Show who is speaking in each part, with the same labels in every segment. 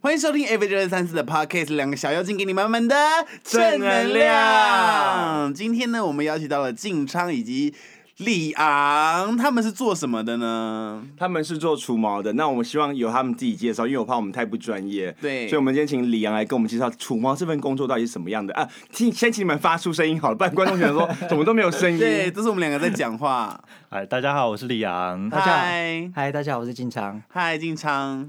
Speaker 1: 欢迎收听 Every 六三四的 Podcast，两个小妖精给你满满的正能
Speaker 2: 正能量
Speaker 1: 量。今天呢，我们邀请到了静昌以及李昂，他们是做什么的呢？
Speaker 2: 他们是做除毛的，那我们希望由他们自己介绍，因为我怕我们太不专业。
Speaker 1: 对
Speaker 2: 所以我们今天请李阳来跟我们介绍除毛这份工作到底是什么样的啊？听，先请你们发出声音好了，不然观众想说怎么都没有声 音。
Speaker 1: 对，这是我们两个在讲 话。
Speaker 3: 哎，大家好，我是李昂。
Speaker 4: 大家好
Speaker 1: 嗨
Speaker 4: 嗨，大家好，我是金昌。
Speaker 1: 嗨，静昌，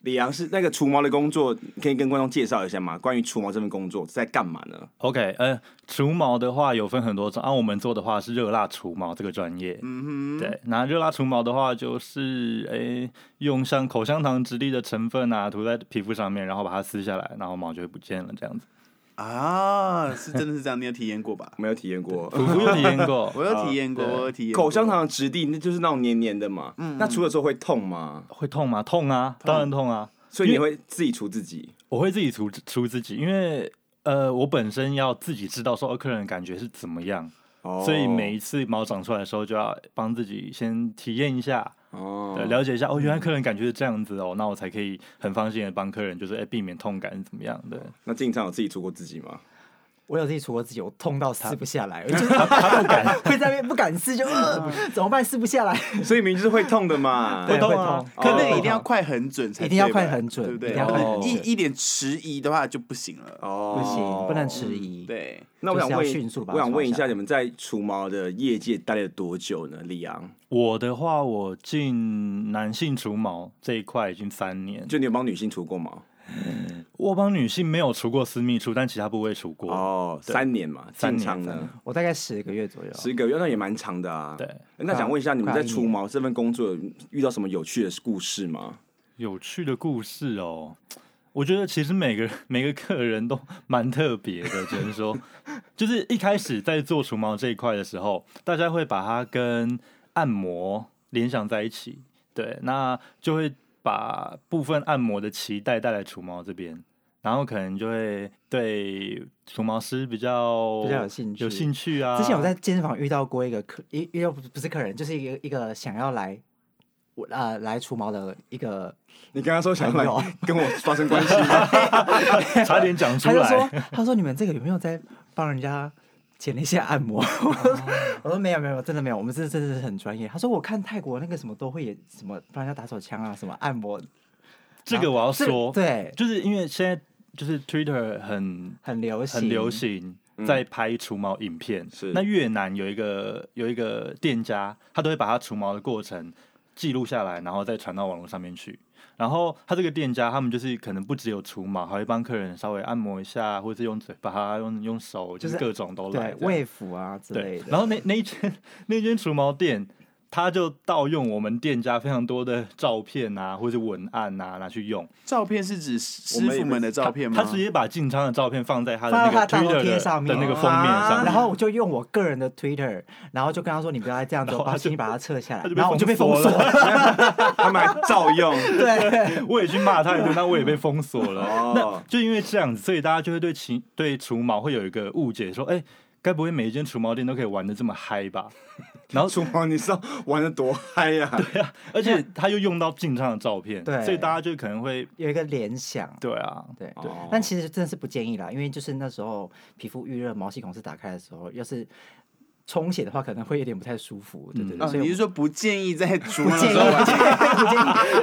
Speaker 2: 李阳是那个除毛的工作，可以跟观众介绍一下吗？关于除毛这份工作在干嘛呢？
Speaker 3: OK，呃，除毛的话有分很多种，按、啊、我们做的话是热蜡除毛这个专业。
Speaker 1: 嗯哼，
Speaker 3: 对，那热蜡除毛的话就是，诶、用像口香糖之类的成分啊，涂在皮肤上面，然后把它撕下来，然后毛就会不见了，这 样子。
Speaker 1: 啊，是真的是这样，你有体验过吧？，
Speaker 2: 没有体验过。
Speaker 3: 我有体验过
Speaker 1: 我有体验过，
Speaker 3: 对
Speaker 1: 我有体验过
Speaker 2: 口香。糖的质地，那就是那种黏黏的嘛。
Speaker 1: 嗯
Speaker 2: 那除了之后会痛吗？
Speaker 3: 会痛吗？痛啊，当然痛啊。
Speaker 2: 所以你会自己除自己？
Speaker 3: 我会自己除除自己，因为呃，我本身要自己知道说，哦，客人的感觉是怎么样，
Speaker 2: 哦
Speaker 3: 所以每一次毛长出来的时候，就要帮自己先体验一下。
Speaker 2: 哦
Speaker 3: 对，了解一下哦，原来客人感觉是这样子哦，那我才可以很放心的帮客人，就是哎、避免痛感是怎么样的。
Speaker 2: 那静昌有自己除过自己吗？
Speaker 4: 我有自己除过自己，我痛到撕不下来，我就是他 不敢，会在那边不敢撕，就、呃、怎么办？撕不下来，
Speaker 2: 所以明明就是会痛的 嘛。
Speaker 4: 对会
Speaker 3: 啊
Speaker 4: 痛
Speaker 1: 可
Speaker 2: 哦
Speaker 1: 能一定要快很准才对吧，
Speaker 4: 一定要快很准
Speaker 1: 对不对？哦
Speaker 4: 一定要
Speaker 2: 快很
Speaker 1: 一
Speaker 4: 准
Speaker 1: 一点迟疑的话就不行了。
Speaker 2: 哦嗯
Speaker 4: 不行，不能迟疑。，
Speaker 1: 对，
Speaker 2: 那我想
Speaker 4: 就
Speaker 2: 问
Speaker 4: 是要迅速把
Speaker 2: 我
Speaker 4: 它
Speaker 2: 想问一
Speaker 4: 刷下
Speaker 2: 下，
Speaker 4: 来
Speaker 2: 你们在除毛的业界待了多久呢？李昂，
Speaker 3: 我的话，我进男性除毛这一块已经三年，
Speaker 2: 就你有帮女性除过毛？
Speaker 3: 我帮女性没有除过私密处，但其他部位除过。
Speaker 2: 哦，三年嘛，
Speaker 3: 三
Speaker 2: 正
Speaker 3: 年
Speaker 2: 常
Speaker 3: 三
Speaker 2: 的
Speaker 3: 年
Speaker 4: 我大概十个月左右，
Speaker 2: 十个月，那也蛮长的啊。
Speaker 3: 对
Speaker 2: 欸。那想问一下，你们
Speaker 4: 快
Speaker 2: 在
Speaker 4: 一年
Speaker 2: 除毛这份工作遇到什么有趣的故事吗？
Speaker 3: 有趣的故事哦，我觉得其实每个 每个客人都蛮特别的，只能说， 就是一开始在做除毛这一块的时候，大家会把它跟按摩联想在一起，对，那就会把部分按摩的期待带来除毛这边。然后可能就会对除毛师比较
Speaker 4: 比较有兴趣
Speaker 3: 有兴趣啊。
Speaker 4: 之前我在健身房遇到过一个客，一遇到不是客人，就是一个一个想要来我呃来除毛的一个，
Speaker 2: 你刚刚说想
Speaker 4: 没有
Speaker 2: 来跟我发生关系吗？
Speaker 3: 差点讲出
Speaker 4: 他就
Speaker 3: 来
Speaker 4: 说，他说你们这个有没有在帮人家？剪了一下按摩， 我说没有没有，真的没有，我们这真的是很专业。他说我看泰国那个什么都会也什么帮人家打手枪啊，什么按摩，
Speaker 3: 这个我要
Speaker 4: 啊这个
Speaker 3: 说，
Speaker 4: 对，
Speaker 3: 就是因为现在就是 Twitter 很
Speaker 4: 很流行，
Speaker 3: 很流行在拍除毛影片。
Speaker 2: 是
Speaker 3: 那越南有一个有一个店家，他都会把他除毛的过程记录下来，然后再传到网络上面去。然后他这个店家，他们就是可能不只有除毛，还会帮客人稍微按摩一下，或者是用嘴巴、用用手，就是
Speaker 4: 就是
Speaker 3: 各种都来
Speaker 4: 对
Speaker 3: 这样。
Speaker 4: 胃服啊之类
Speaker 3: 对
Speaker 4: 的。，
Speaker 3: 然后那那一间那一间除毛店，他就盗用我们店家非常多的照片啊，或者文案啊拿去用。
Speaker 1: 照片是指师
Speaker 2: 我们也
Speaker 1: 傅
Speaker 2: 不
Speaker 1: 们的照片吗？
Speaker 3: 他直接把进昌的照片放在他的那
Speaker 4: 放到
Speaker 3: 个
Speaker 4: 他大头
Speaker 3: Twitter
Speaker 4: 贴
Speaker 3: 的
Speaker 4: 上面
Speaker 3: 的那个封面上
Speaker 4: 啊
Speaker 3: 面，
Speaker 4: 然后我就用我个人的 Twitter，然后就跟他说：“你不要再这样子，
Speaker 3: 然
Speaker 4: 我
Speaker 3: 后他
Speaker 4: 把
Speaker 3: 就
Speaker 4: 请你把它撤下来
Speaker 3: 他。”就被
Speaker 4: 然后我就被封
Speaker 3: 封
Speaker 4: 锁
Speaker 3: 锁
Speaker 4: 了。
Speaker 2: 他们还照用。
Speaker 4: 对，
Speaker 3: 我也去骂他一顿，但我也被封锁了
Speaker 2: 哦。
Speaker 3: 那就因为这样子，所以大家就会对其对除毛会有一个误解，说，哎、该不会每一间除毛店都可以玩的这么嗨吧？然后，
Speaker 2: 除毛，你知道玩的多嗨呀、
Speaker 3: 而且他又用到进昌的照片，
Speaker 4: 对
Speaker 3: 所以大家就可能会，
Speaker 4: 有一个联想。
Speaker 3: 对啊，
Speaker 4: 对
Speaker 2: 对哦
Speaker 4: 但其实真的是不建议啦，因为就是那时候皮肤预热，毛细孔是打开的时候，要是充血的话，可能会有点不太舒服。对对对，
Speaker 3: 嗯
Speaker 1: 啊，
Speaker 4: 嗯所以
Speaker 1: 你是
Speaker 3: 哦
Speaker 4: 我
Speaker 1: 说不建议 在除毛
Speaker 4: 不
Speaker 1: 的
Speaker 4: 建
Speaker 1: 时
Speaker 4: 议，
Speaker 1: 候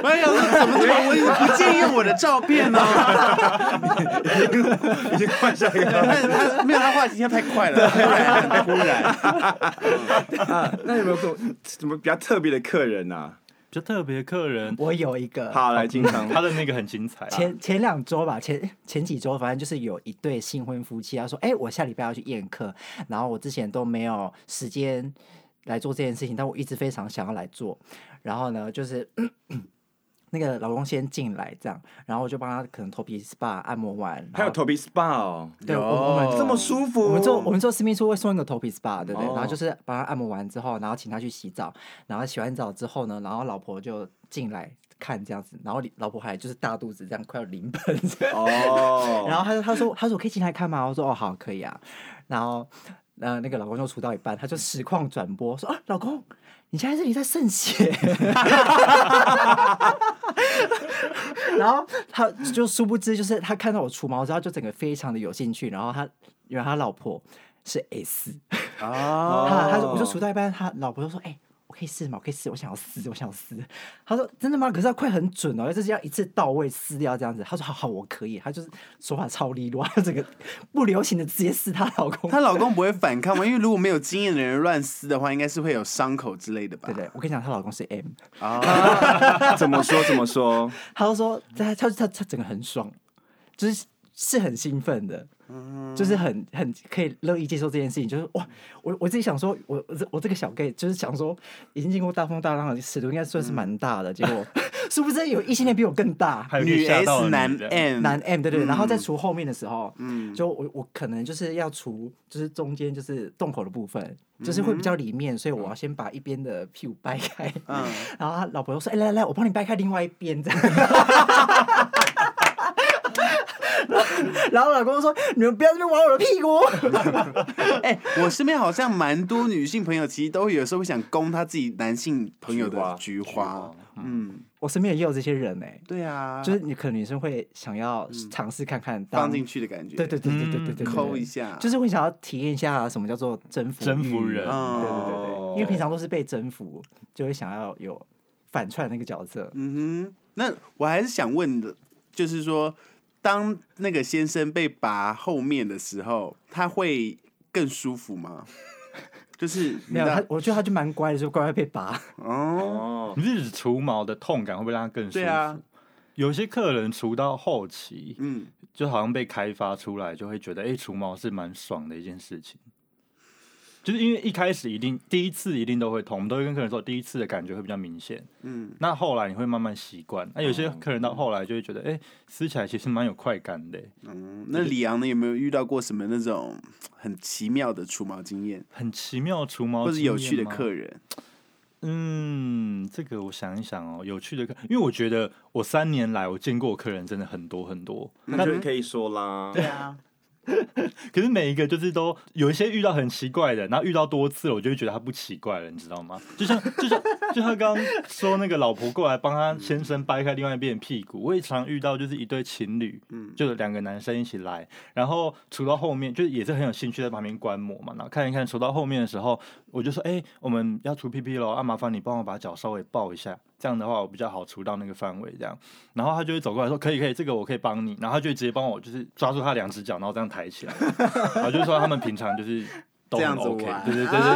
Speaker 1: 玩？
Speaker 4: 不建议，不建议。
Speaker 1: 我还想说，怎么这么我也不建议我的照 片呢？
Speaker 2: 已经换下一个。
Speaker 1: 他他没有，他话题太快了， 忽
Speaker 2: 哎
Speaker 1: 然忽然。
Speaker 2: 嗯那有没有什么什么比较特别的客人啊？
Speaker 3: 比较特别的客人，
Speaker 4: 我有一个
Speaker 2: 好，来静昌。
Speaker 3: 他的那个很精彩、啊。
Speaker 4: 前前两周吧，前前几周，反正就是有一对新婚夫妻，他说：“哎、我下礼拜要去宴客，然后我之前都没有时间来做这件事情，但我一直非常想要来做。然后呢，就是 咳咳那个老公先进来这样，然后我就帮他可能头皮 SPA 按摩完，然
Speaker 2: 还有
Speaker 4: 后
Speaker 2: 头皮 SPA 哦，
Speaker 4: 对我我们
Speaker 1: 有
Speaker 2: 这么舒服。
Speaker 4: 我们做我们做私密处会送一个头皮 SPA，对不对？
Speaker 2: 哦
Speaker 4: 然后就是把它按摩完之后，然后请他去洗澡，然后洗完澡之后呢，然后老婆就进来看这样子，然后老婆还就是大肚子这样快要临盆这样
Speaker 2: 哦，
Speaker 4: 然后他就他说他说我可以进来看吗？我说哦好可以啊。然后呃那个老公就除到一半，他就实况转播说啊老公你现在这里在渗血。 然后他就殊不知，就是他看到我除毛之后，他就整个非常的有兴趣。然后他，因为他老婆是 S，
Speaker 1: 啊，
Speaker 4: 他他说我就除到一半，他老婆就说：“哎、我可以试吗？我可以试，我想要撕，我想要撕。”他说：“真的吗？”可是他快很准哦，就是要一次到位撕掉这样子。他说：“好好，我可以。”他就是手法超利落，他整个不流行的直接撕她老 公。
Speaker 1: 她老公不会反抗吗？因为如果没有经验的人乱撕的话，应该是会有伤口之类的吧
Speaker 4: 对？对，我跟你讲，她老公是 M，
Speaker 1: 啊，
Speaker 2: 怎么说怎么 说？
Speaker 4: 他就说他他他他整个很爽，就是是很兴奋的，就是很很可以乐意接受这件事情。就是哇，我我自己想说，我我这我这个小 gay 就是想说，已经经过大风大浪了，尺度应该算是蛮大的。结果殊不知有异性恋比我更大，
Speaker 3: 还有可以
Speaker 1: 女
Speaker 3: 吓到
Speaker 1: S
Speaker 3: 你
Speaker 1: 男
Speaker 3: 这样
Speaker 1: M
Speaker 4: 男 M
Speaker 1: 嗯
Speaker 4: 对对，对然后再除后面的时候，嗯，就我我可能就是要除，就是中间就是洞口的部
Speaker 1: 嗯
Speaker 4: 分，就是会比较里面，所以我要先把一边的屁股掰开，嗯， 然后他老婆又说，哎、来来来，我帮你掰开另外一 边这样。然后然后老公说：“你们不要这边玩我的屁股。
Speaker 1: 哎、我身边好像蛮多女性朋友，其实都有时候会想攻她自己男性朋友的菊花。嗯，”
Speaker 4: 我身边也有这些人哎、
Speaker 1: 对啊，
Speaker 4: 就是你可能女生会想要尝试看看，当
Speaker 1: 放进去的感觉，
Speaker 4: 对对对对对对对对，对
Speaker 1: 抠一下，
Speaker 4: 就是会想要体验一下什么叫做征服欲
Speaker 3: 征服人
Speaker 1: 嗯
Speaker 4: 对对对对，
Speaker 1: 哦
Speaker 4: 因为平
Speaker 2: 常
Speaker 4: 常都是被征服，就会想要有反串那个角色。
Speaker 1: 嗯哼。那我还是想问的，就是说，当那个先生被拔后面的时候，他会更舒服吗？ 就是
Speaker 4: 没有他
Speaker 1: 那，
Speaker 4: 我觉得他就蛮乖的，就乖乖被拔。
Speaker 1: 哦，
Speaker 2: 哦，
Speaker 3: 你是指除毛的痛感会不会让他更舒服？
Speaker 1: 对啊，
Speaker 3: 有些客人除到后期，
Speaker 1: 嗯，
Speaker 3: 就好像被开发出来，就会觉得哎、诶除毛是蛮爽的一件事情。就是因为一开始一定第一次一定都会痛，我们都会跟客人说第一次的感觉会比较明显，
Speaker 1: 嗯
Speaker 3: 嗯，那后来你会慢慢习惯。那有
Speaker 1: 哦
Speaker 3: 些客人到后来就会觉得，哎、撕起来其实蛮有快感的、
Speaker 1: 嗯，那李阳呢？有没有遇到过什么那种很奇妙的除毛经验，
Speaker 3: 很奇妙除毛
Speaker 1: 或者有趣的
Speaker 3: 客人。
Speaker 1: 客人？
Speaker 3: 嗯，这个我想一想哦，有趣的客，因为我觉得我三年来我见过的客人真的很多很多，
Speaker 2: 那就可以说啦。
Speaker 1: 对 啊，
Speaker 3: 可是每一个就是都有一些遇到很奇怪的，然后遇到多次了，我就会觉得他不奇怪了，你知道吗？就像就像就像刚刚说那个老婆过来帮他先生掰开另外一边的屁股，我也常遇到就是一对情侣，嗯，就有两个男生一起来，然后除到后面就是也是很有兴趣在旁边观摩嘛，然后看一看，除到后面的时候，我就说，哎、我们要除屁屁喽，啊，麻烦你帮我把脚稍微抱一下。这样的话，我比较好除到那个范围，这样，然后他就会走过来说：“可以，可以，这个我可以帮你。”然后他就直接帮我，就是抓住他两只脚，然后这样抬起来。我就说他们平常就是
Speaker 1: 这
Speaker 3: 都很
Speaker 1: 样子
Speaker 3: OK，
Speaker 1: 玩
Speaker 3: 对对对对对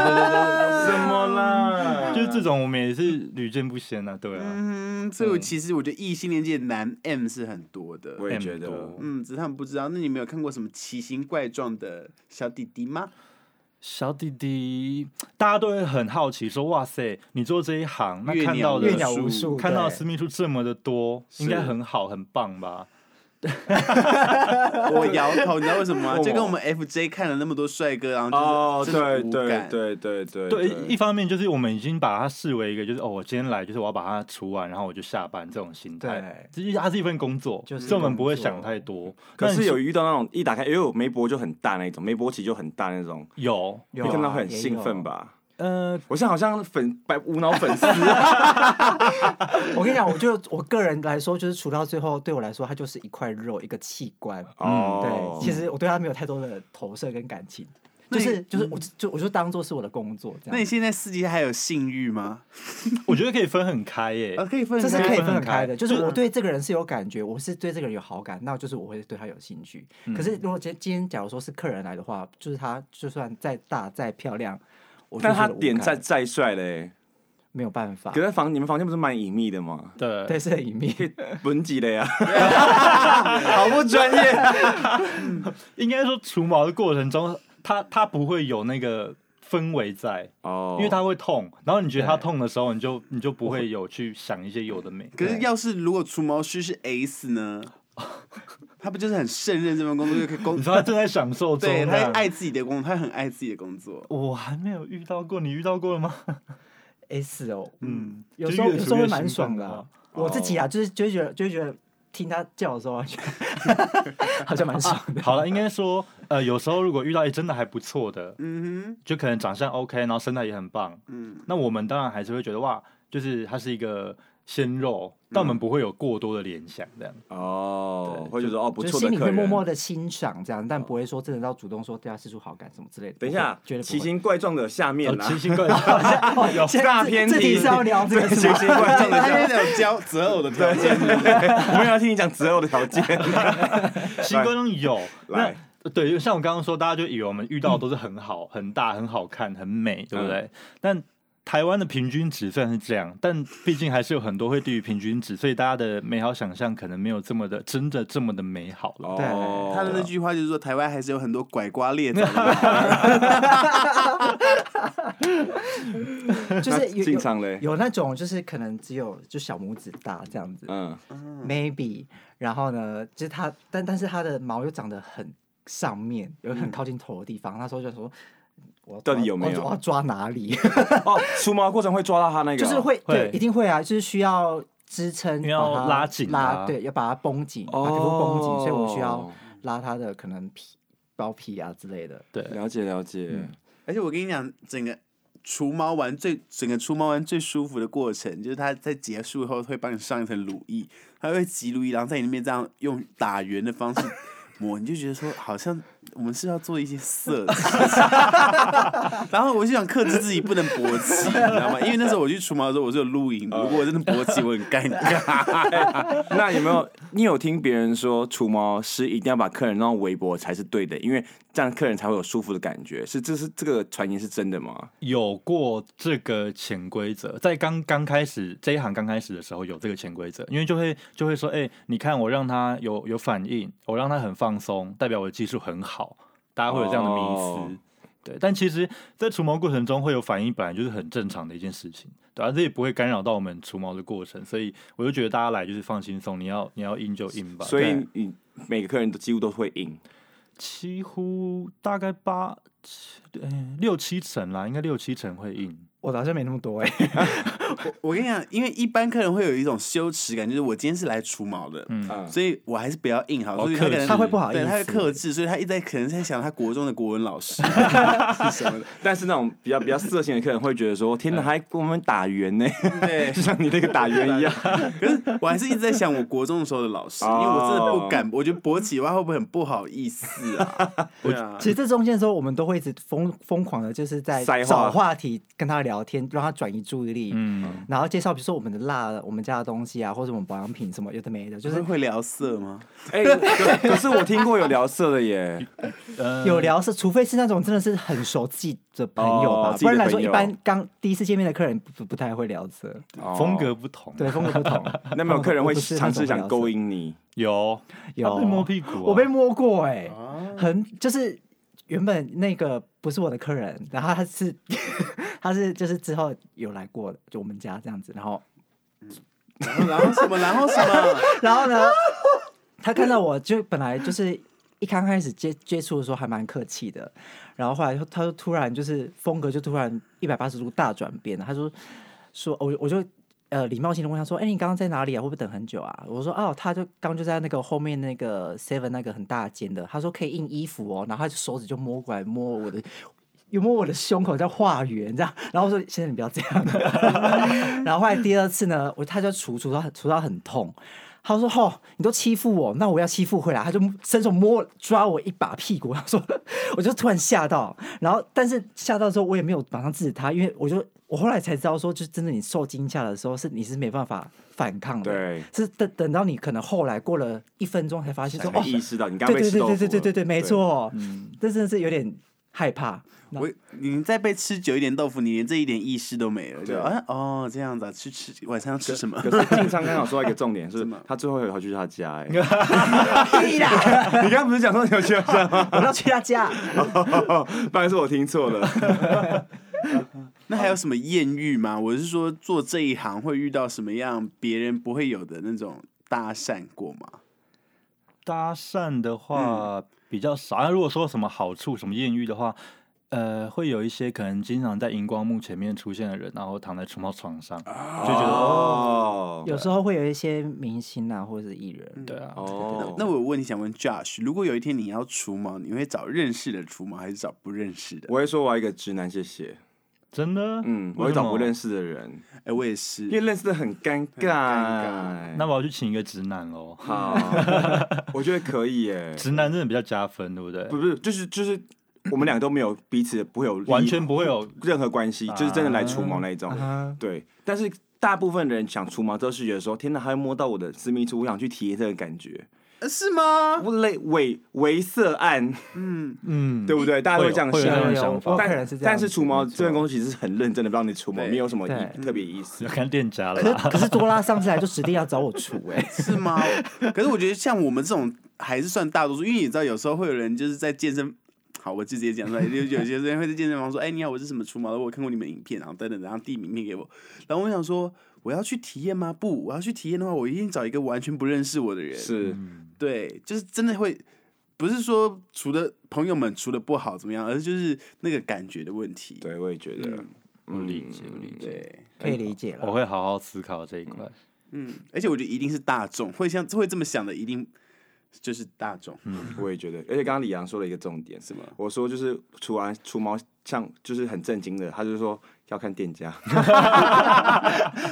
Speaker 2: 什么啦？
Speaker 3: 对，就是这种我们也是屡见不鲜啊，对啊，
Speaker 1: 嗯，所以我其实我觉得异性恋界男 M 是很多的。
Speaker 2: 我也觉
Speaker 3: M
Speaker 2: 得
Speaker 3: 多
Speaker 1: 嗯，只是他们不知道。那你们有看过什么奇形怪状的小弟弟吗？
Speaker 3: 小弟弟，大家都会很好奇说，哇塞，你做这一行，那
Speaker 1: 月
Speaker 3: 看
Speaker 1: 鸟
Speaker 3: 到
Speaker 1: 月
Speaker 3: 的
Speaker 1: 鸟数
Speaker 4: 无数，
Speaker 3: 看到的
Speaker 4: 对
Speaker 3: 私密处这么的多，应该很好很棒吧？
Speaker 1: 我摇头，你知道为什么吗？
Speaker 2: 为什么
Speaker 1: 就跟我们 FJ 看了那么多帅哥，然后就是
Speaker 2: 哦，
Speaker 1: 真的
Speaker 2: 对
Speaker 1: 无
Speaker 2: 对
Speaker 1: 感
Speaker 2: 对对对
Speaker 3: 对，一方面就是我们已经把它视为一个，就是哦，我今天来就是我要把它除完，然后我就下班这种心
Speaker 2: 哎
Speaker 3: 态，就是它是一份工作，
Speaker 4: 就是
Speaker 3: 所以我们不会
Speaker 4: 工作
Speaker 3: 想太多。
Speaker 2: 可
Speaker 3: 但
Speaker 2: 是有遇到那种一打开，因为我眉波就很大那种，眉波起就很大那种，
Speaker 3: 有
Speaker 2: 你
Speaker 4: 有啊
Speaker 2: 看到会很兴奋？吧？
Speaker 3: 呃，
Speaker 2: 我现在好像粉白无脑粉 丝，
Speaker 4: 嗯也有我跟你讲，我就我个人来说，就是除到最后，对我来说，它就是一块肉，一个器官。
Speaker 2: 哦
Speaker 4: 对，，其实我对他没有太多的投射跟感情，
Speaker 1: 那
Speaker 4: 就
Speaker 1: 你
Speaker 4: 是
Speaker 2: 嗯
Speaker 4: 就是我就我就当做是我的工作这
Speaker 1: 那你
Speaker 4: 样，
Speaker 1: 现在司机还有性欲吗？
Speaker 3: 我觉得可以分很开耶、
Speaker 1: 啊，可以分
Speaker 4: 这是
Speaker 1: 开
Speaker 4: 可以
Speaker 3: 分
Speaker 4: 分
Speaker 3: 很
Speaker 4: 很开
Speaker 3: 开
Speaker 4: 的。就是我对这个人是有感觉，我是对这个人有好感，那就是我会对他有兴趣。可
Speaker 2: 嗯
Speaker 4: 是如果今今天假如说是客人来的话，就是他就算再大再漂亮，我就
Speaker 2: 但他
Speaker 4: 觉得无
Speaker 2: 点
Speaker 4: 感
Speaker 2: 再再帅嘞，
Speaker 4: 没有办法
Speaker 2: 可，是房你们房间不是蛮隐秘的吗？
Speaker 3: 对
Speaker 4: 对，是很隐秘。
Speaker 2: 文级的呀，好不专业。
Speaker 3: 应该说除毛的过程中，它它不会有那个氛围在，
Speaker 2: 哦
Speaker 3: 因为它会痛。然后你觉得它
Speaker 4: 对
Speaker 3: 痛的时候，你就你就不会有去想一些有的没。
Speaker 1: 可是
Speaker 4: 对
Speaker 1: 要是如果除毛师是 S 呢？他不就是很胜任这份工作，又可以工
Speaker 3: 你知道它正在享受中，
Speaker 1: 对他
Speaker 3: 这样
Speaker 1: 爱自己的工作，他很爱自己的工作。
Speaker 3: 我还没有遇到过，你遇到过了吗？
Speaker 4: S 哦，
Speaker 3: 嗯，
Speaker 4: 有
Speaker 3: 就
Speaker 4: 时候
Speaker 3: 越
Speaker 4: 哦
Speaker 3: 除
Speaker 4: 有
Speaker 1: 嗯
Speaker 4: 时候
Speaker 3: 越
Speaker 4: 会蛮
Speaker 3: 兴奋
Speaker 2: 哦
Speaker 3: 哦
Speaker 4: 爽的啊、我自己啊，就是就会觉得就会觉得听他叫的时候， 觉得好像蛮爽的。
Speaker 3: 好了，应该说，呃，有时候如果遇到真的还不错的，
Speaker 1: 嗯
Speaker 3: 就可能长相 OK，然后身材也很棒，
Speaker 1: 哼，嗯，
Speaker 3: 那我们当然还是会觉得哇，就是它是一个鲜肉，
Speaker 4: 嗯
Speaker 3: 但我们不会有过多的联想这样。
Speaker 2: 哦，
Speaker 3: 对
Speaker 2: 会觉得哦 不
Speaker 4: 就
Speaker 2: 错
Speaker 4: 是
Speaker 2: 的
Speaker 4: 心里
Speaker 2: 客
Speaker 4: 会
Speaker 2: 人。
Speaker 4: 默默的欣赏这样，但不会说真的到主动说对他示出好感什么之类的。
Speaker 2: 等一
Speaker 4: 不会
Speaker 2: 下
Speaker 4: 绝对，不
Speaker 2: 奇
Speaker 4: 会。
Speaker 2: 形怪状的下面
Speaker 3: 哦，
Speaker 2: 啦，
Speaker 3: 奇形怪状，有
Speaker 4: 现在
Speaker 2: 大
Speaker 4: 这
Speaker 2: 偏
Speaker 4: 这
Speaker 2: 题
Speaker 4: 题是要聊这
Speaker 2: 对
Speaker 4: 个是
Speaker 2: 奇
Speaker 4: 吗？
Speaker 2: 形怪状的
Speaker 1: 他
Speaker 2: 下
Speaker 1: 现。
Speaker 2: 面
Speaker 1: 在有 交择偶的条件，
Speaker 2: 我们要听你讲择偶的条件。
Speaker 3: 奇形怪状有。那呃
Speaker 2: 来
Speaker 3: 对，就像我刚刚说，大家就以为我们遇到的都是很好、很大、很好看、很美，对不
Speaker 2: 嗯
Speaker 3: 对？但台湾的平均值虽然是这样，但毕竟还是有很多会低于平均值，所以大家的美好想象可能没有这么的真的这么的美好了。
Speaker 2: 哦，
Speaker 1: 他的那句话就是说，台湾还是有很多拐瓜裂 枣的人。
Speaker 4: 就
Speaker 2: 那
Speaker 4: 是有
Speaker 2: 进
Speaker 4: 有
Speaker 2: 场嘞，
Speaker 4: 有那种就是可能只有就小拇指大这样子、
Speaker 2: 嗯，
Speaker 1: 嗯
Speaker 4: m a y b e 然后呢，就是它，但但是它的毛又长得很上面，有很靠近头的地方，那时候就想说。我要
Speaker 2: 嗯到底
Speaker 4: 抓
Speaker 2: 有没
Speaker 4: 我要
Speaker 2: 有
Speaker 4: 我要抓哪里？
Speaker 2: 哦，除毛过程会抓到他那个哦，
Speaker 4: 就是会，
Speaker 3: 会，
Speaker 4: 对一定会啊，就是需要支撑，
Speaker 3: 因为要
Speaker 4: 把它
Speaker 3: 拉紧啊
Speaker 4: 拉，对，要把它绷紧，
Speaker 2: 哦
Speaker 4: 把皮肤绷紧，所以我需要拉它的可能皮包皮啊之类的。
Speaker 3: 对，
Speaker 2: 了解了
Speaker 4: 嗯
Speaker 2: 解。
Speaker 1: 而且我跟你讲，整个除毛完最整个除毛完最舒服的过程，就是他在结束后会帮你上一层乳液，他会挤乳液，然后在你那边这样用打圆的方式抹，你就觉得说好像我们是要做一些色的事情， 然后我就想克制自己不能勃起，你知道吗？因为那时候我去除毛的时候我是有录影的，如果我真的勃起，我很尴尬。
Speaker 2: 那有没有你有听别人说除毛师一定要把客人弄到围脖才是对的，因为这样客人才会有舒服的感觉？是这是这个传言是真的吗？
Speaker 3: 有过这个潜规则，在刚刚开始这一行刚开始的时候有这个潜规则，因为就会就会说，哎、你看我让他有有反应，我让他很放松，代表我的技术很好，大家会有这样的迷思。
Speaker 2: 哦
Speaker 3: 对，但其实，在除毛过程中会有反应，本来就是很正常的一件事情，对啊，这也不会干扰到我们除毛的过程，所以我就觉得大家来就是放轻松，你要你要硬就硬吧。
Speaker 2: 所
Speaker 3: 对
Speaker 2: 以你每个客人都几乎都会硬。
Speaker 3: 几乎大概八七呃六七成啦，应该六七成会硬。
Speaker 4: 我好像没那么多哎、
Speaker 1: 我跟你讲，因为一般客人会有一种羞耻感，就是我今天是来除毛的，
Speaker 4: 啊
Speaker 2: 嗯，
Speaker 1: 所以我还是不要硬好，
Speaker 3: 哦
Speaker 1: 所以他可
Speaker 3: 克
Speaker 1: 能
Speaker 3: 制他会
Speaker 4: 不好意
Speaker 1: 对，
Speaker 4: 思
Speaker 1: 他会克制，所以他一直在可能在想他国中的国文老师是什么的，
Speaker 2: 但是那种比较比较色情的客人会觉得说：“天哪，
Speaker 4: 嗯
Speaker 2: 还跟我们打圆呢，
Speaker 1: 对
Speaker 2: 就。像你那个打圆一 样。
Speaker 1: 可是我还是一直在想我国中的时候的老师，因为我真的不敢，我觉得勃起的话会不会很不好意思 啊？对啊
Speaker 4: 其，实这中间的时候，我们都会一直疯疯狂的，就是在
Speaker 2: 塞话
Speaker 4: 找话题跟他聊天，让他转移注意力，
Speaker 3: 嗯，
Speaker 4: 然后介绍比如说我们的辣的、我们家的东西啊，或者我们保养品什么有的没的，就
Speaker 1: 就是
Speaker 2: 嗯
Speaker 4: 是
Speaker 1: 会聊色吗？”
Speaker 2: 哎，可可是我听过有聊色的 耶，
Speaker 3: 呃
Speaker 4: 有聊是，除非是那种真的是很熟自己的朋友吧，
Speaker 2: 哦自己
Speaker 4: 不
Speaker 2: 的
Speaker 4: 然来说
Speaker 2: 朋
Speaker 4: 一
Speaker 2: 友
Speaker 4: 般刚第一次见面的客人不不不太会聊这，
Speaker 2: 哦
Speaker 3: 风格不同。
Speaker 4: 对，风格不同。
Speaker 2: 那没有客人会
Speaker 4: 我不是那
Speaker 2: 尝
Speaker 4: 种
Speaker 2: 试想勾引你，
Speaker 3: 有
Speaker 4: 有
Speaker 3: 他被摸屁股啊、
Speaker 4: 我被摸过哎、
Speaker 1: 啊，
Speaker 4: 很就是原本那个不是我的客人，然后他是 他是就是之后有来过的，就我们家这样子，然后
Speaker 1: 然 后然后什么，然后什么？
Speaker 4: 然后呢，他看到我就本来就是一刚开始接接触的时候还蛮客气的，然后后来他就突然就是风格就突然一百八十度大转变了，他说说我我就。呃，礼貌性的问他说：“哎、你刚刚在哪里啊？会不会等很久啊？”我说：“哦，他就刚刚就在那个后面那个 Seven 那个很大间的。”他说：“可以印衣服哦。”然后他就手指就摸过来摸我的，有摸我的胸口在画圆这样， 然后我说先生你不要这样。 然后后来第二次呢，我他就除除到很除到很痛，他说吼、你都欺负我，那我要欺负回来。他就伸手摸抓我一把屁股，他 说我就突然吓到，然后但是吓到之后我也没有马上制止他，因为我就我后来才知道说，就是真的你受惊吓的时候是你是没办法反抗的。
Speaker 2: 对，
Speaker 4: 是等等到你可能后来过了一分钟才发现
Speaker 2: 才会
Speaker 4: 说哦，
Speaker 2: 意识到你刚刚
Speaker 4: 对
Speaker 2: 被
Speaker 4: 对
Speaker 2: 吃
Speaker 4: 对
Speaker 2: 豆腐
Speaker 4: 对
Speaker 2: 了。
Speaker 4: 对对对对，嗯没错，这真的是有点害怕。那
Speaker 1: 我你再被吃久一点豆腐，你连这一点意识都没了，就
Speaker 2: 对
Speaker 1: 啊哦这样子啊，吃吃晚上要吃什么？
Speaker 2: 可是静昌刚好说到一个重 点，是他最后有回去他家哎、
Speaker 4: 屁啦！
Speaker 2: 你刚刚不是讲说你有去他家吗？
Speaker 4: 我要去他家，
Speaker 2: 不然是我听错了。
Speaker 1: 那还有什么艳遇吗？我是说做这一行会遇到什么样别人不会有的那种搭讪过吗？
Speaker 3: 搭讪的话、比较少。啊如果说什么好处、什么艳遇的话，呃，会有一些可能经常在荧光幕前面出现的人，然后躺在除毛床上，
Speaker 2: 就觉得哦，哦
Speaker 4: 有时候会有一些明星啊，或者是艺人，
Speaker 3: 对啊，
Speaker 2: 哦，
Speaker 1: 那我问你想问 Josh，如果有一天你要除毛，你会找认识的除毛，还是找不认识的？
Speaker 2: 我会说我要一个直男，谢谢。
Speaker 3: 真的，
Speaker 2: 嗯，我会找不认
Speaker 3: 识。
Speaker 2: 识的人，
Speaker 1: 哎、我也是
Speaker 2: 因为。认识的很尴尬。
Speaker 3: 那我要去请一个直男喽，
Speaker 2: 好，我觉得可以耶。
Speaker 3: 直男真的比较加分，对不对？
Speaker 2: 不是，就是就是，我们两个都没有彼此不会有利益
Speaker 3: 完全不会有
Speaker 2: 任何关系，就是真的来除毛那一种。
Speaker 4: 啊，
Speaker 2: 对，但是大部分人想除毛都是觉得说，天哪，他会摸到我的私密处，我想去体验这个感觉。
Speaker 1: 呃是吗？
Speaker 2: 我类猥猥色案，
Speaker 3: 嗯，
Speaker 2: 对不对？大家都会这样
Speaker 3: 会有
Speaker 4: 有
Speaker 2: 想
Speaker 3: 这种。
Speaker 4: 啊有
Speaker 3: 想法
Speaker 4: 我
Speaker 2: 但
Speaker 4: 可能哦是这样子，
Speaker 2: 但是除毛
Speaker 4: 没错
Speaker 2: 这份工其实是很认真的，让你除毛，
Speaker 1: 对
Speaker 2: 没有什么
Speaker 4: 对
Speaker 2: 意特别意思
Speaker 3: 要。看店家了
Speaker 4: 可
Speaker 3: 吧。
Speaker 4: 是 可是多拉上次来就指定要找我除哎、
Speaker 1: 是吗？可是我觉得像我们这种还是算大多数，因为你知道有时候会有人就是在健身，好，我直接讲出来，就有些人会在健身房说：“哎、你好，我是什么除毛的，我有看过你们影片，然后等等，然后递名片给我。”然后我想说，我要去体验吗？不，我要去体验的话，我一定找一个完全不认识我的人。
Speaker 2: 是，
Speaker 1: 对，就是真的会，不是说除了朋友们除了不好怎么样，而是就是那个感觉的问题。
Speaker 2: 对，我也觉得。
Speaker 1: 嗯
Speaker 3: 我嗯理解，我理解。
Speaker 1: 对，
Speaker 4: 可以理解
Speaker 3: 我
Speaker 4: 了。
Speaker 3: 会好好思考这一块。
Speaker 1: 嗯，而且我觉得一定是大众会像会这么想的，一定就是大众。
Speaker 2: 我也觉得，而且刚刚李阳说了一个重点，
Speaker 1: 是吗
Speaker 2: 我说就是除完除毛像就是很震惊的，他就说要看店 家，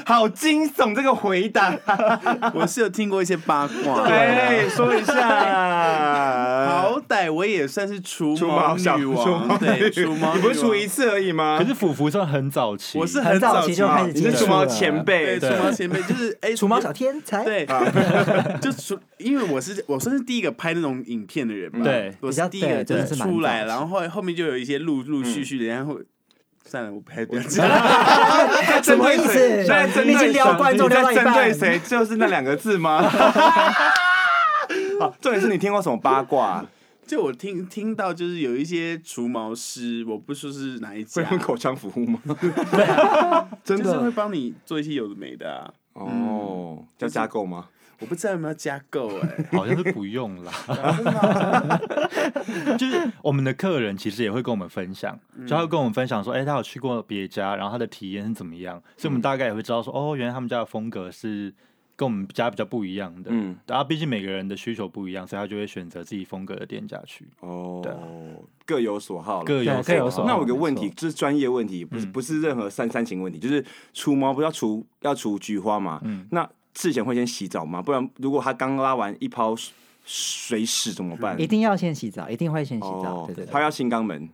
Speaker 2: 好惊悚这个回答，
Speaker 1: 我是有听过一些八卦，呃
Speaker 2: 对，说一下，
Speaker 1: 好歹我也算是除
Speaker 2: 除毛小
Speaker 1: 女
Speaker 2: 除
Speaker 1: 王，
Speaker 2: 毛
Speaker 1: 对，
Speaker 2: 女
Speaker 1: 除毛，
Speaker 2: 你不是除一
Speaker 1: 次，
Speaker 2: 次而已吗
Speaker 3: 可？是腐腐算很早期，
Speaker 1: 我是
Speaker 4: 很
Speaker 1: 早
Speaker 4: 早期就开始
Speaker 2: 你
Speaker 4: 接
Speaker 2: 是
Speaker 4: 触
Speaker 2: 除毛
Speaker 4: 了
Speaker 2: 前辈
Speaker 1: 对，除毛前辈就是 哎，
Speaker 4: 除毛小天才，，
Speaker 1: 对，
Speaker 2: 啊
Speaker 1: 就除，因为我是我算是第一个拍那种影片的人嘛，
Speaker 3: 对
Speaker 1: 我
Speaker 4: 比
Speaker 1: 是
Speaker 4: 较
Speaker 1: 第一个
Speaker 4: 对真的是蛮
Speaker 1: 出来，
Speaker 4: 早期嗯
Speaker 1: 然后后来后面就有一些陆陆续续的，然后算了，我不太不要 讲，
Speaker 4: 什么意思？
Speaker 2: 在针对
Speaker 4: 你已经撩观众
Speaker 2: 你
Speaker 4: 撩到
Speaker 2: 在
Speaker 4: 一
Speaker 2: 针对
Speaker 4: 半，
Speaker 2: 谁？就是那两个字吗？好，重点是你听过什么八卦？
Speaker 1: 就我听听到就是有一些除毛师，我不说是哪一
Speaker 2: 会
Speaker 1: 家
Speaker 2: 用，口腔服务吗？真
Speaker 1: 就是会
Speaker 2: 的
Speaker 1: 帮你做一些有的没的啊，
Speaker 2: 哦，叫加购吗？
Speaker 1: 我不知道有没有加购哎。
Speaker 3: 好像是不用啦。 就是我们的客人其实也会跟我们分享，
Speaker 4: 嗯
Speaker 3: 就他会跟我们分享说，哎、他有去过别家，然后他的体验是怎么样，所以我
Speaker 4: 嗯
Speaker 3: 们大概也会知道说，哦，原来他们家的风格是跟我们家比较不一样的。
Speaker 2: 嗯，
Speaker 3: 然后毕竟每个人的需求不一样，所以他就会选择自己风格的店家去，
Speaker 2: 哦，各有所好啦
Speaker 3: 各有
Speaker 4: 对各有所
Speaker 3: 好。
Speaker 2: 那我有个问题，
Speaker 3: 没错，
Speaker 2: 就是专业问题，不是不是任何三三情问题，就是除毛不是要除要除菊花嘛？
Speaker 3: 嗯
Speaker 2: 那事前会先洗澡吗？不然如果他刚拉完一泡水水屎怎么办？
Speaker 4: 一定要先洗澡，一定会先洗澡，
Speaker 2: 哦
Speaker 4: 对对，对
Speaker 2: 他。要新肛门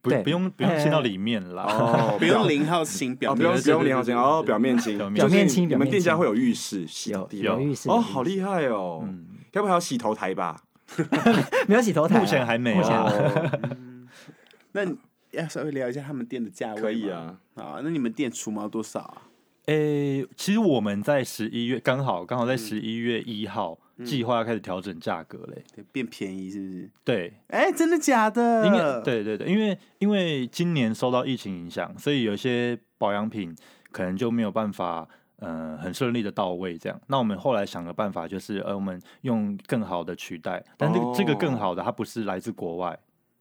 Speaker 3: 不
Speaker 4: 对
Speaker 3: 不用不用
Speaker 4: 哎
Speaker 3: 进到里面啦。
Speaker 2: 哦，
Speaker 1: 不用零号型表
Speaker 2: 哦，不
Speaker 1: 面
Speaker 2: 用不用脸好型哦，表面清，
Speaker 3: 表面
Speaker 2: 就是
Speaker 4: 表面清
Speaker 2: 你
Speaker 4: 表
Speaker 2: 们
Speaker 4: 面
Speaker 2: 店家会有浴室洗
Speaker 4: 有
Speaker 2: 地吗
Speaker 4: 有浴室
Speaker 2: 哦，好厉害哦，要不要还有洗头台吧？
Speaker 4: 没有洗头台啊，
Speaker 3: 目前还没有
Speaker 4: 目前还没
Speaker 2: 哦
Speaker 1: 那你要稍微聊一下他们店的 价位
Speaker 2: 可以
Speaker 1: 吗。
Speaker 2: 啊，
Speaker 1: 啊，那你们店除毛多少啊？
Speaker 3: 诶、哎其实我们在十一月刚好刚好
Speaker 4: 嗯
Speaker 3: 在十一月一号、计划要开始调整价格嘞。
Speaker 1: 对变便宜是不是？
Speaker 3: 对，
Speaker 1: 哎、真的假的？
Speaker 3: 因为
Speaker 2: 嗯
Speaker 3: 对对对，因为因为今年受到疫情影响，所以有些保养品可能就没有办法，呃，很顺利的到位这样。那我们后来想个办法，就是呃，我们用更好的取代，但这个、这个
Speaker 2: 哦
Speaker 3: 更好的它不是来自国外。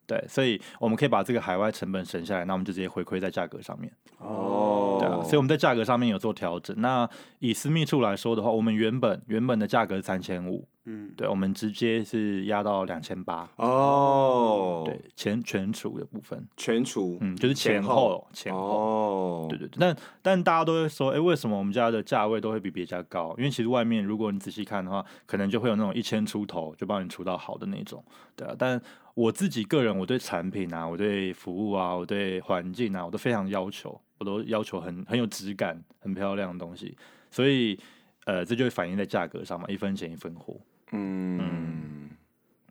Speaker 3: 对，所以我们可以把这个海外成本省下来，那我们就直接回馈在价格上面，
Speaker 2: 哦，
Speaker 3: 对啊。所以我们在价格上面有做调整。那以私密处来说的话，我们原本原本的价格三千五，
Speaker 1: 嗯，
Speaker 3: 对，我们直接是压到两千八，
Speaker 2: 哦，
Speaker 3: 对，全全除的部分。
Speaker 2: 全除，
Speaker 3: 嗯，就是前后前后，
Speaker 2: 哦，
Speaker 3: 对对对。但但大家都会说，哎、为什么我们家的价位都会比别家高？因为其实外面如果你仔细看的话，可能就会有那种一千出头就帮你出到好的那种，对啊。但我自己个人，我对产品啊，我对服务啊，我对环境啊，我都非常要求，我都要求很很有质感、很漂亮的东西，所以。呃，这就会反映在价格上嘛，一分钱一分货。
Speaker 2: 嗯，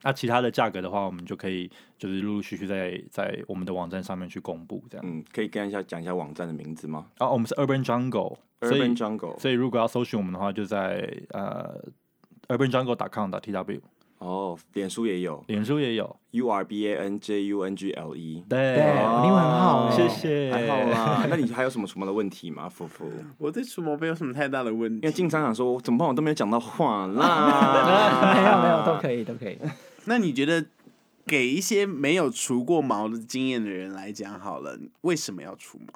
Speaker 3: 那其他的价格的话，我们就可以就是陆陆续续在在我们的网站上面去公布这样。
Speaker 2: 嗯，可以跟一下讲一下网站的名字吗
Speaker 3: 啊，我们是 Urban Jungle，所以
Speaker 2: ？Urban Jungle，
Speaker 3: 所以如果要搜寻我们的话，就在呃 urbanjungle.com.tw，
Speaker 2: 哦，脸书也有
Speaker 3: 脸书也有。
Speaker 2: U R B A N J U N G L E，
Speaker 3: 对
Speaker 4: 对，
Speaker 2: 哦
Speaker 4: 我英文很好欸，
Speaker 3: 谢谢。
Speaker 2: 还好啦。 那你还有什么什么的问题吗，福福？
Speaker 1: 我对除毛没有什么太大的问
Speaker 2: 因为
Speaker 1: 题。
Speaker 2: 经常想说，怎么办，我都没有讲到话啦。
Speaker 4: 没有没有都可以都可以。
Speaker 1: 那你觉得给一些没有除过毛的经验的人来讲好了，为什么要除毛？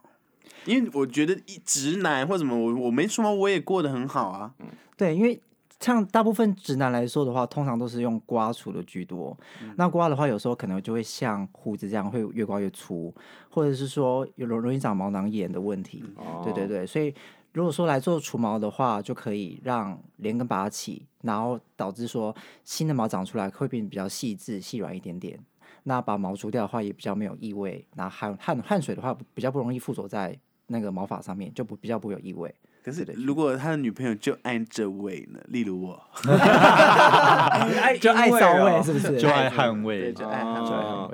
Speaker 1: 因为我觉得一直男或什么，我我没除毛我也过得很好啊。
Speaker 3: 嗯
Speaker 4: 对，因为像大部分直男来说的话，通常都是用刮除的居多。那刮的话，有时候可能就会像胡子这样，会越刮越粗，或者是说有容容易长毛囊炎的问题。
Speaker 2: 嗯哦
Speaker 4: 对对对，所以如果说来做除毛的话，就可以让连根拔起，然后导致说新的毛长出来会变得比较细致、细软一点点。那把毛除掉的话，也比较没有异味。那汗汗汗水的话，比较不容易附着在那个毛发上面，就不比较不会有异味。
Speaker 1: 可是如果他的女朋友就爱这位呢，例如我，
Speaker 4: 就爱
Speaker 2: 因为
Speaker 4: 骚味
Speaker 2: 哦
Speaker 4: 是不是？
Speaker 3: 就爱捍卫
Speaker 1: 对，。就爱他。
Speaker 4: 对
Speaker 2: 哦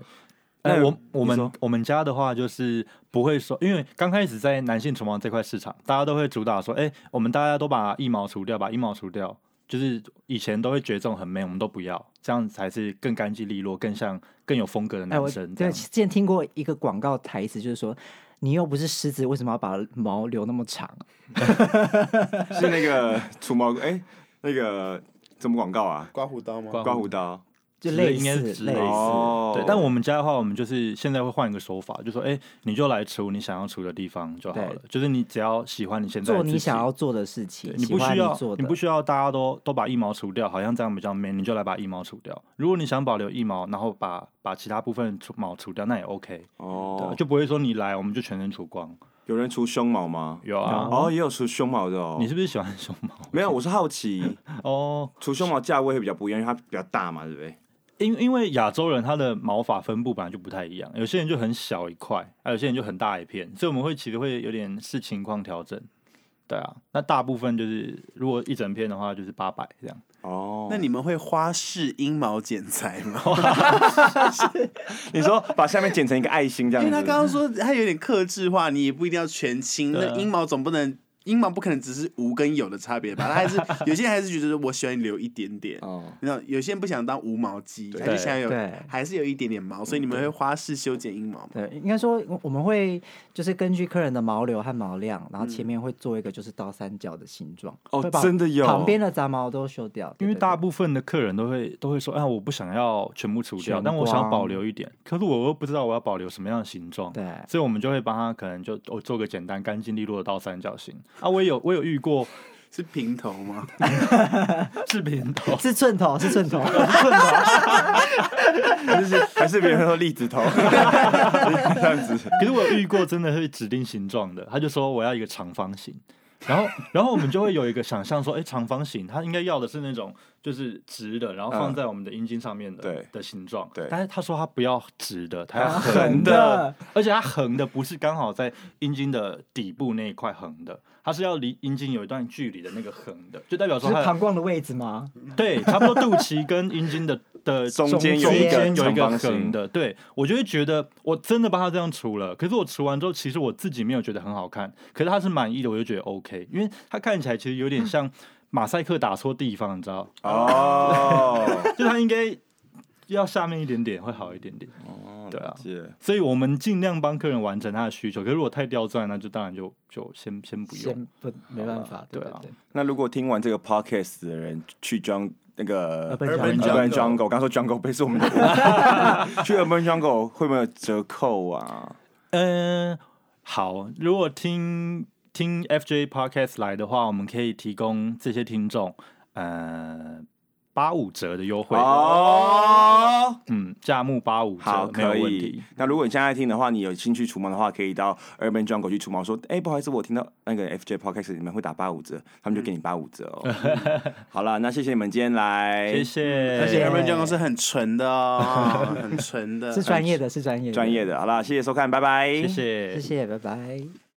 Speaker 3: 哎、
Speaker 2: 那
Speaker 3: 我我
Speaker 2: 你
Speaker 3: 们
Speaker 2: 说
Speaker 3: 我们家的话就是不会说，因为刚开始在男性除毛这块市场，大家都会主打说，哎、我们大家都把腋毛除掉，把腋毛除掉。就是以前都会觉得这种很 man，我们都不要，这样才是更干净利落、更像更有风格的
Speaker 4: 哎，
Speaker 3: 男
Speaker 4: 我
Speaker 3: 生。这
Speaker 4: 对
Speaker 3: 样
Speaker 4: 之前听过一个广告台词，就是说你又不是狮子，为什么要把毛留那么长？
Speaker 2: 是那个除毛哎、那个怎么广告啊？
Speaker 1: 刮胡刀吗？
Speaker 3: 刮
Speaker 2: 刮胡刀
Speaker 4: 就
Speaker 3: 之
Speaker 4: 类
Speaker 3: 类应该
Speaker 4: 似
Speaker 3: 是之
Speaker 4: 类
Speaker 3: 类
Speaker 4: 似，
Speaker 2: 哦
Speaker 3: 对，但我们家的话，我们就是现在会换一个手法，就说，哎、你就来除你想要除的地方就好了
Speaker 4: 对，
Speaker 3: 就是你只要喜欢你现在的
Speaker 4: 做你
Speaker 3: 自己
Speaker 4: 想要做的事情
Speaker 3: 对，你
Speaker 4: 喜
Speaker 3: 不
Speaker 4: 欢
Speaker 3: 需要
Speaker 4: 做，
Speaker 3: 你
Speaker 4: 的
Speaker 3: 不。需要大家都都把腋毛除掉，好像这样比较 man，你就来把腋毛除掉。如果你想保留腋毛，然后把把其他部分除毛除掉，那也 OK，、对啊
Speaker 2: 哦，
Speaker 3: 就不会说你来我们就全身除光。
Speaker 2: 有人除胸毛吗？
Speaker 3: 有啊，
Speaker 2: 哦，也有除胸毛的哦。
Speaker 3: 你是不是喜欢胸毛？
Speaker 2: 没有，我是好奇，
Speaker 3: 哦，
Speaker 2: 除胸毛价位会比较不一样，因为它比较大嘛，对不对？
Speaker 3: 因因为亚洲人他的毛发分布本来就不太一样，有些人就很小一块，还有些人就很大一片，所以我们会其实会有点视情况调整。对啊，那大部分就是如果一整片的话就是八百这样，
Speaker 2: 哦，
Speaker 1: 那你们会花式阴毛剪裁吗？
Speaker 2: 你说把下面剪成一个爱心这
Speaker 1: 因
Speaker 2: 样
Speaker 1: 为
Speaker 2: 子，
Speaker 1: 他刚刚说他有点克制化，你也不一定要全清，
Speaker 3: 对啊
Speaker 1: 那阴毛总不能。阴毛不可能只是无跟有的差别吧？他 还是有些人还是觉得我喜欢留一点点，
Speaker 2: 哦，
Speaker 1: 那有些人不想当无毛鸡，他就想有
Speaker 4: 对嗯
Speaker 1: 还是有一点点毛，所以你们会花式修剪阴毛吗？
Speaker 4: 对，应该说我们会就是根据客人的毛流和毛量，然后
Speaker 3: 嗯
Speaker 4: 前面会做一个就是倒三角的形状，
Speaker 2: 哦
Speaker 4: 会把
Speaker 2: 真的有
Speaker 4: 旁边的杂毛都修掉，对
Speaker 3: 因为
Speaker 4: 对
Speaker 3: 大
Speaker 4: 对
Speaker 3: 部分的客人都会都会说，哎，我不想要全部除掉，
Speaker 4: 全
Speaker 3: 但我想要
Speaker 4: 光
Speaker 3: 保留一点，可是我又不知道我要保留什么样的形状。
Speaker 4: 对
Speaker 3: 所以我们就会帮他可能就哦做个简单干净利落的倒三角形啊，我也有我有遇过
Speaker 1: 是平头吗？
Speaker 3: 视频头，
Speaker 4: 是寸头是 寸头，
Speaker 2: 还是还是别人说栗子头 这样子，
Speaker 3: 可是我有遇过真的会指定形状的，他就说我要一个长方形，然后然后我们就会有一个想象说，哎、长方形他应该要的是那种就是直的，然后放在我们的阴茎上面的、
Speaker 2: 嗯对
Speaker 3: 的形状，
Speaker 2: 对
Speaker 3: 但是他说他不要直的，他要
Speaker 2: 他要
Speaker 3: 横
Speaker 2: 横
Speaker 3: 的
Speaker 4: 的，
Speaker 3: 而且他横的不是刚好在阴茎的底部那一块横的，他是要离阴茎有一段距离的那个横的，就代表
Speaker 4: 就
Speaker 3: 说
Speaker 4: 是
Speaker 3: 他
Speaker 4: 膀胱的位置吗？
Speaker 3: 对，差不多肚脐跟阴茎的的
Speaker 2: 中
Speaker 3: 间
Speaker 2: 间有
Speaker 4: 一个
Speaker 3: 中间有一
Speaker 2: 长
Speaker 3: 个
Speaker 2: 方形
Speaker 3: 横的，对我就会觉得我真的帮他这样除了，可是我除完之后，其实我自己没有觉得很好看，可是他是满意的，我就觉得 OK，因为他看起来其实有点像马赛克打错地方，你知道，
Speaker 2: 哦，
Speaker 3: 就他应该要下面一点点会好一点点，对
Speaker 2: 哦
Speaker 3: 啊
Speaker 2: 了解
Speaker 3: 所以我们尽量帮客人完成他的需求，可是如果太刁钻，那就当然就就先先不用。
Speaker 4: 先不没办法，对
Speaker 3: 对啊
Speaker 4: 对
Speaker 2: 那如果听完这个 podcast 的人去 Jung 那个
Speaker 4: Urban Urban
Speaker 1: Jungle
Speaker 2: Urban Jungle，刚说 Jungle 被是我们的去 Urban Jungle 会不会有折扣啊？
Speaker 3: 嗯，好，如果听听 FJ Podcast 来的话，我们可以提供这些听众，呃，八五折的优惠，
Speaker 2: 哦，
Speaker 3: 嗯，价目八五
Speaker 2: 好，
Speaker 3: 折，没有
Speaker 2: 可
Speaker 3: 问
Speaker 2: 以
Speaker 3: 题。。
Speaker 2: 那如果你现在听的话，你有兴趣除毛的话，可以到 Urban Jungle 去除毛，说，哎、不好意思，我听到那个 FJ Podcast 你们会打八五 折，他们就给你八五折哦。好了，那谢谢你们今天来，
Speaker 3: 谢哎嗯谢，
Speaker 1: 而且
Speaker 4: 对
Speaker 1: Urban Jungle 是很纯的哦，很纯的，
Speaker 4: 是专业的，是专业的，
Speaker 2: 专业的。好了，谢谢收看，拜拜，
Speaker 3: 谢谢
Speaker 4: 谢谢，拜拜。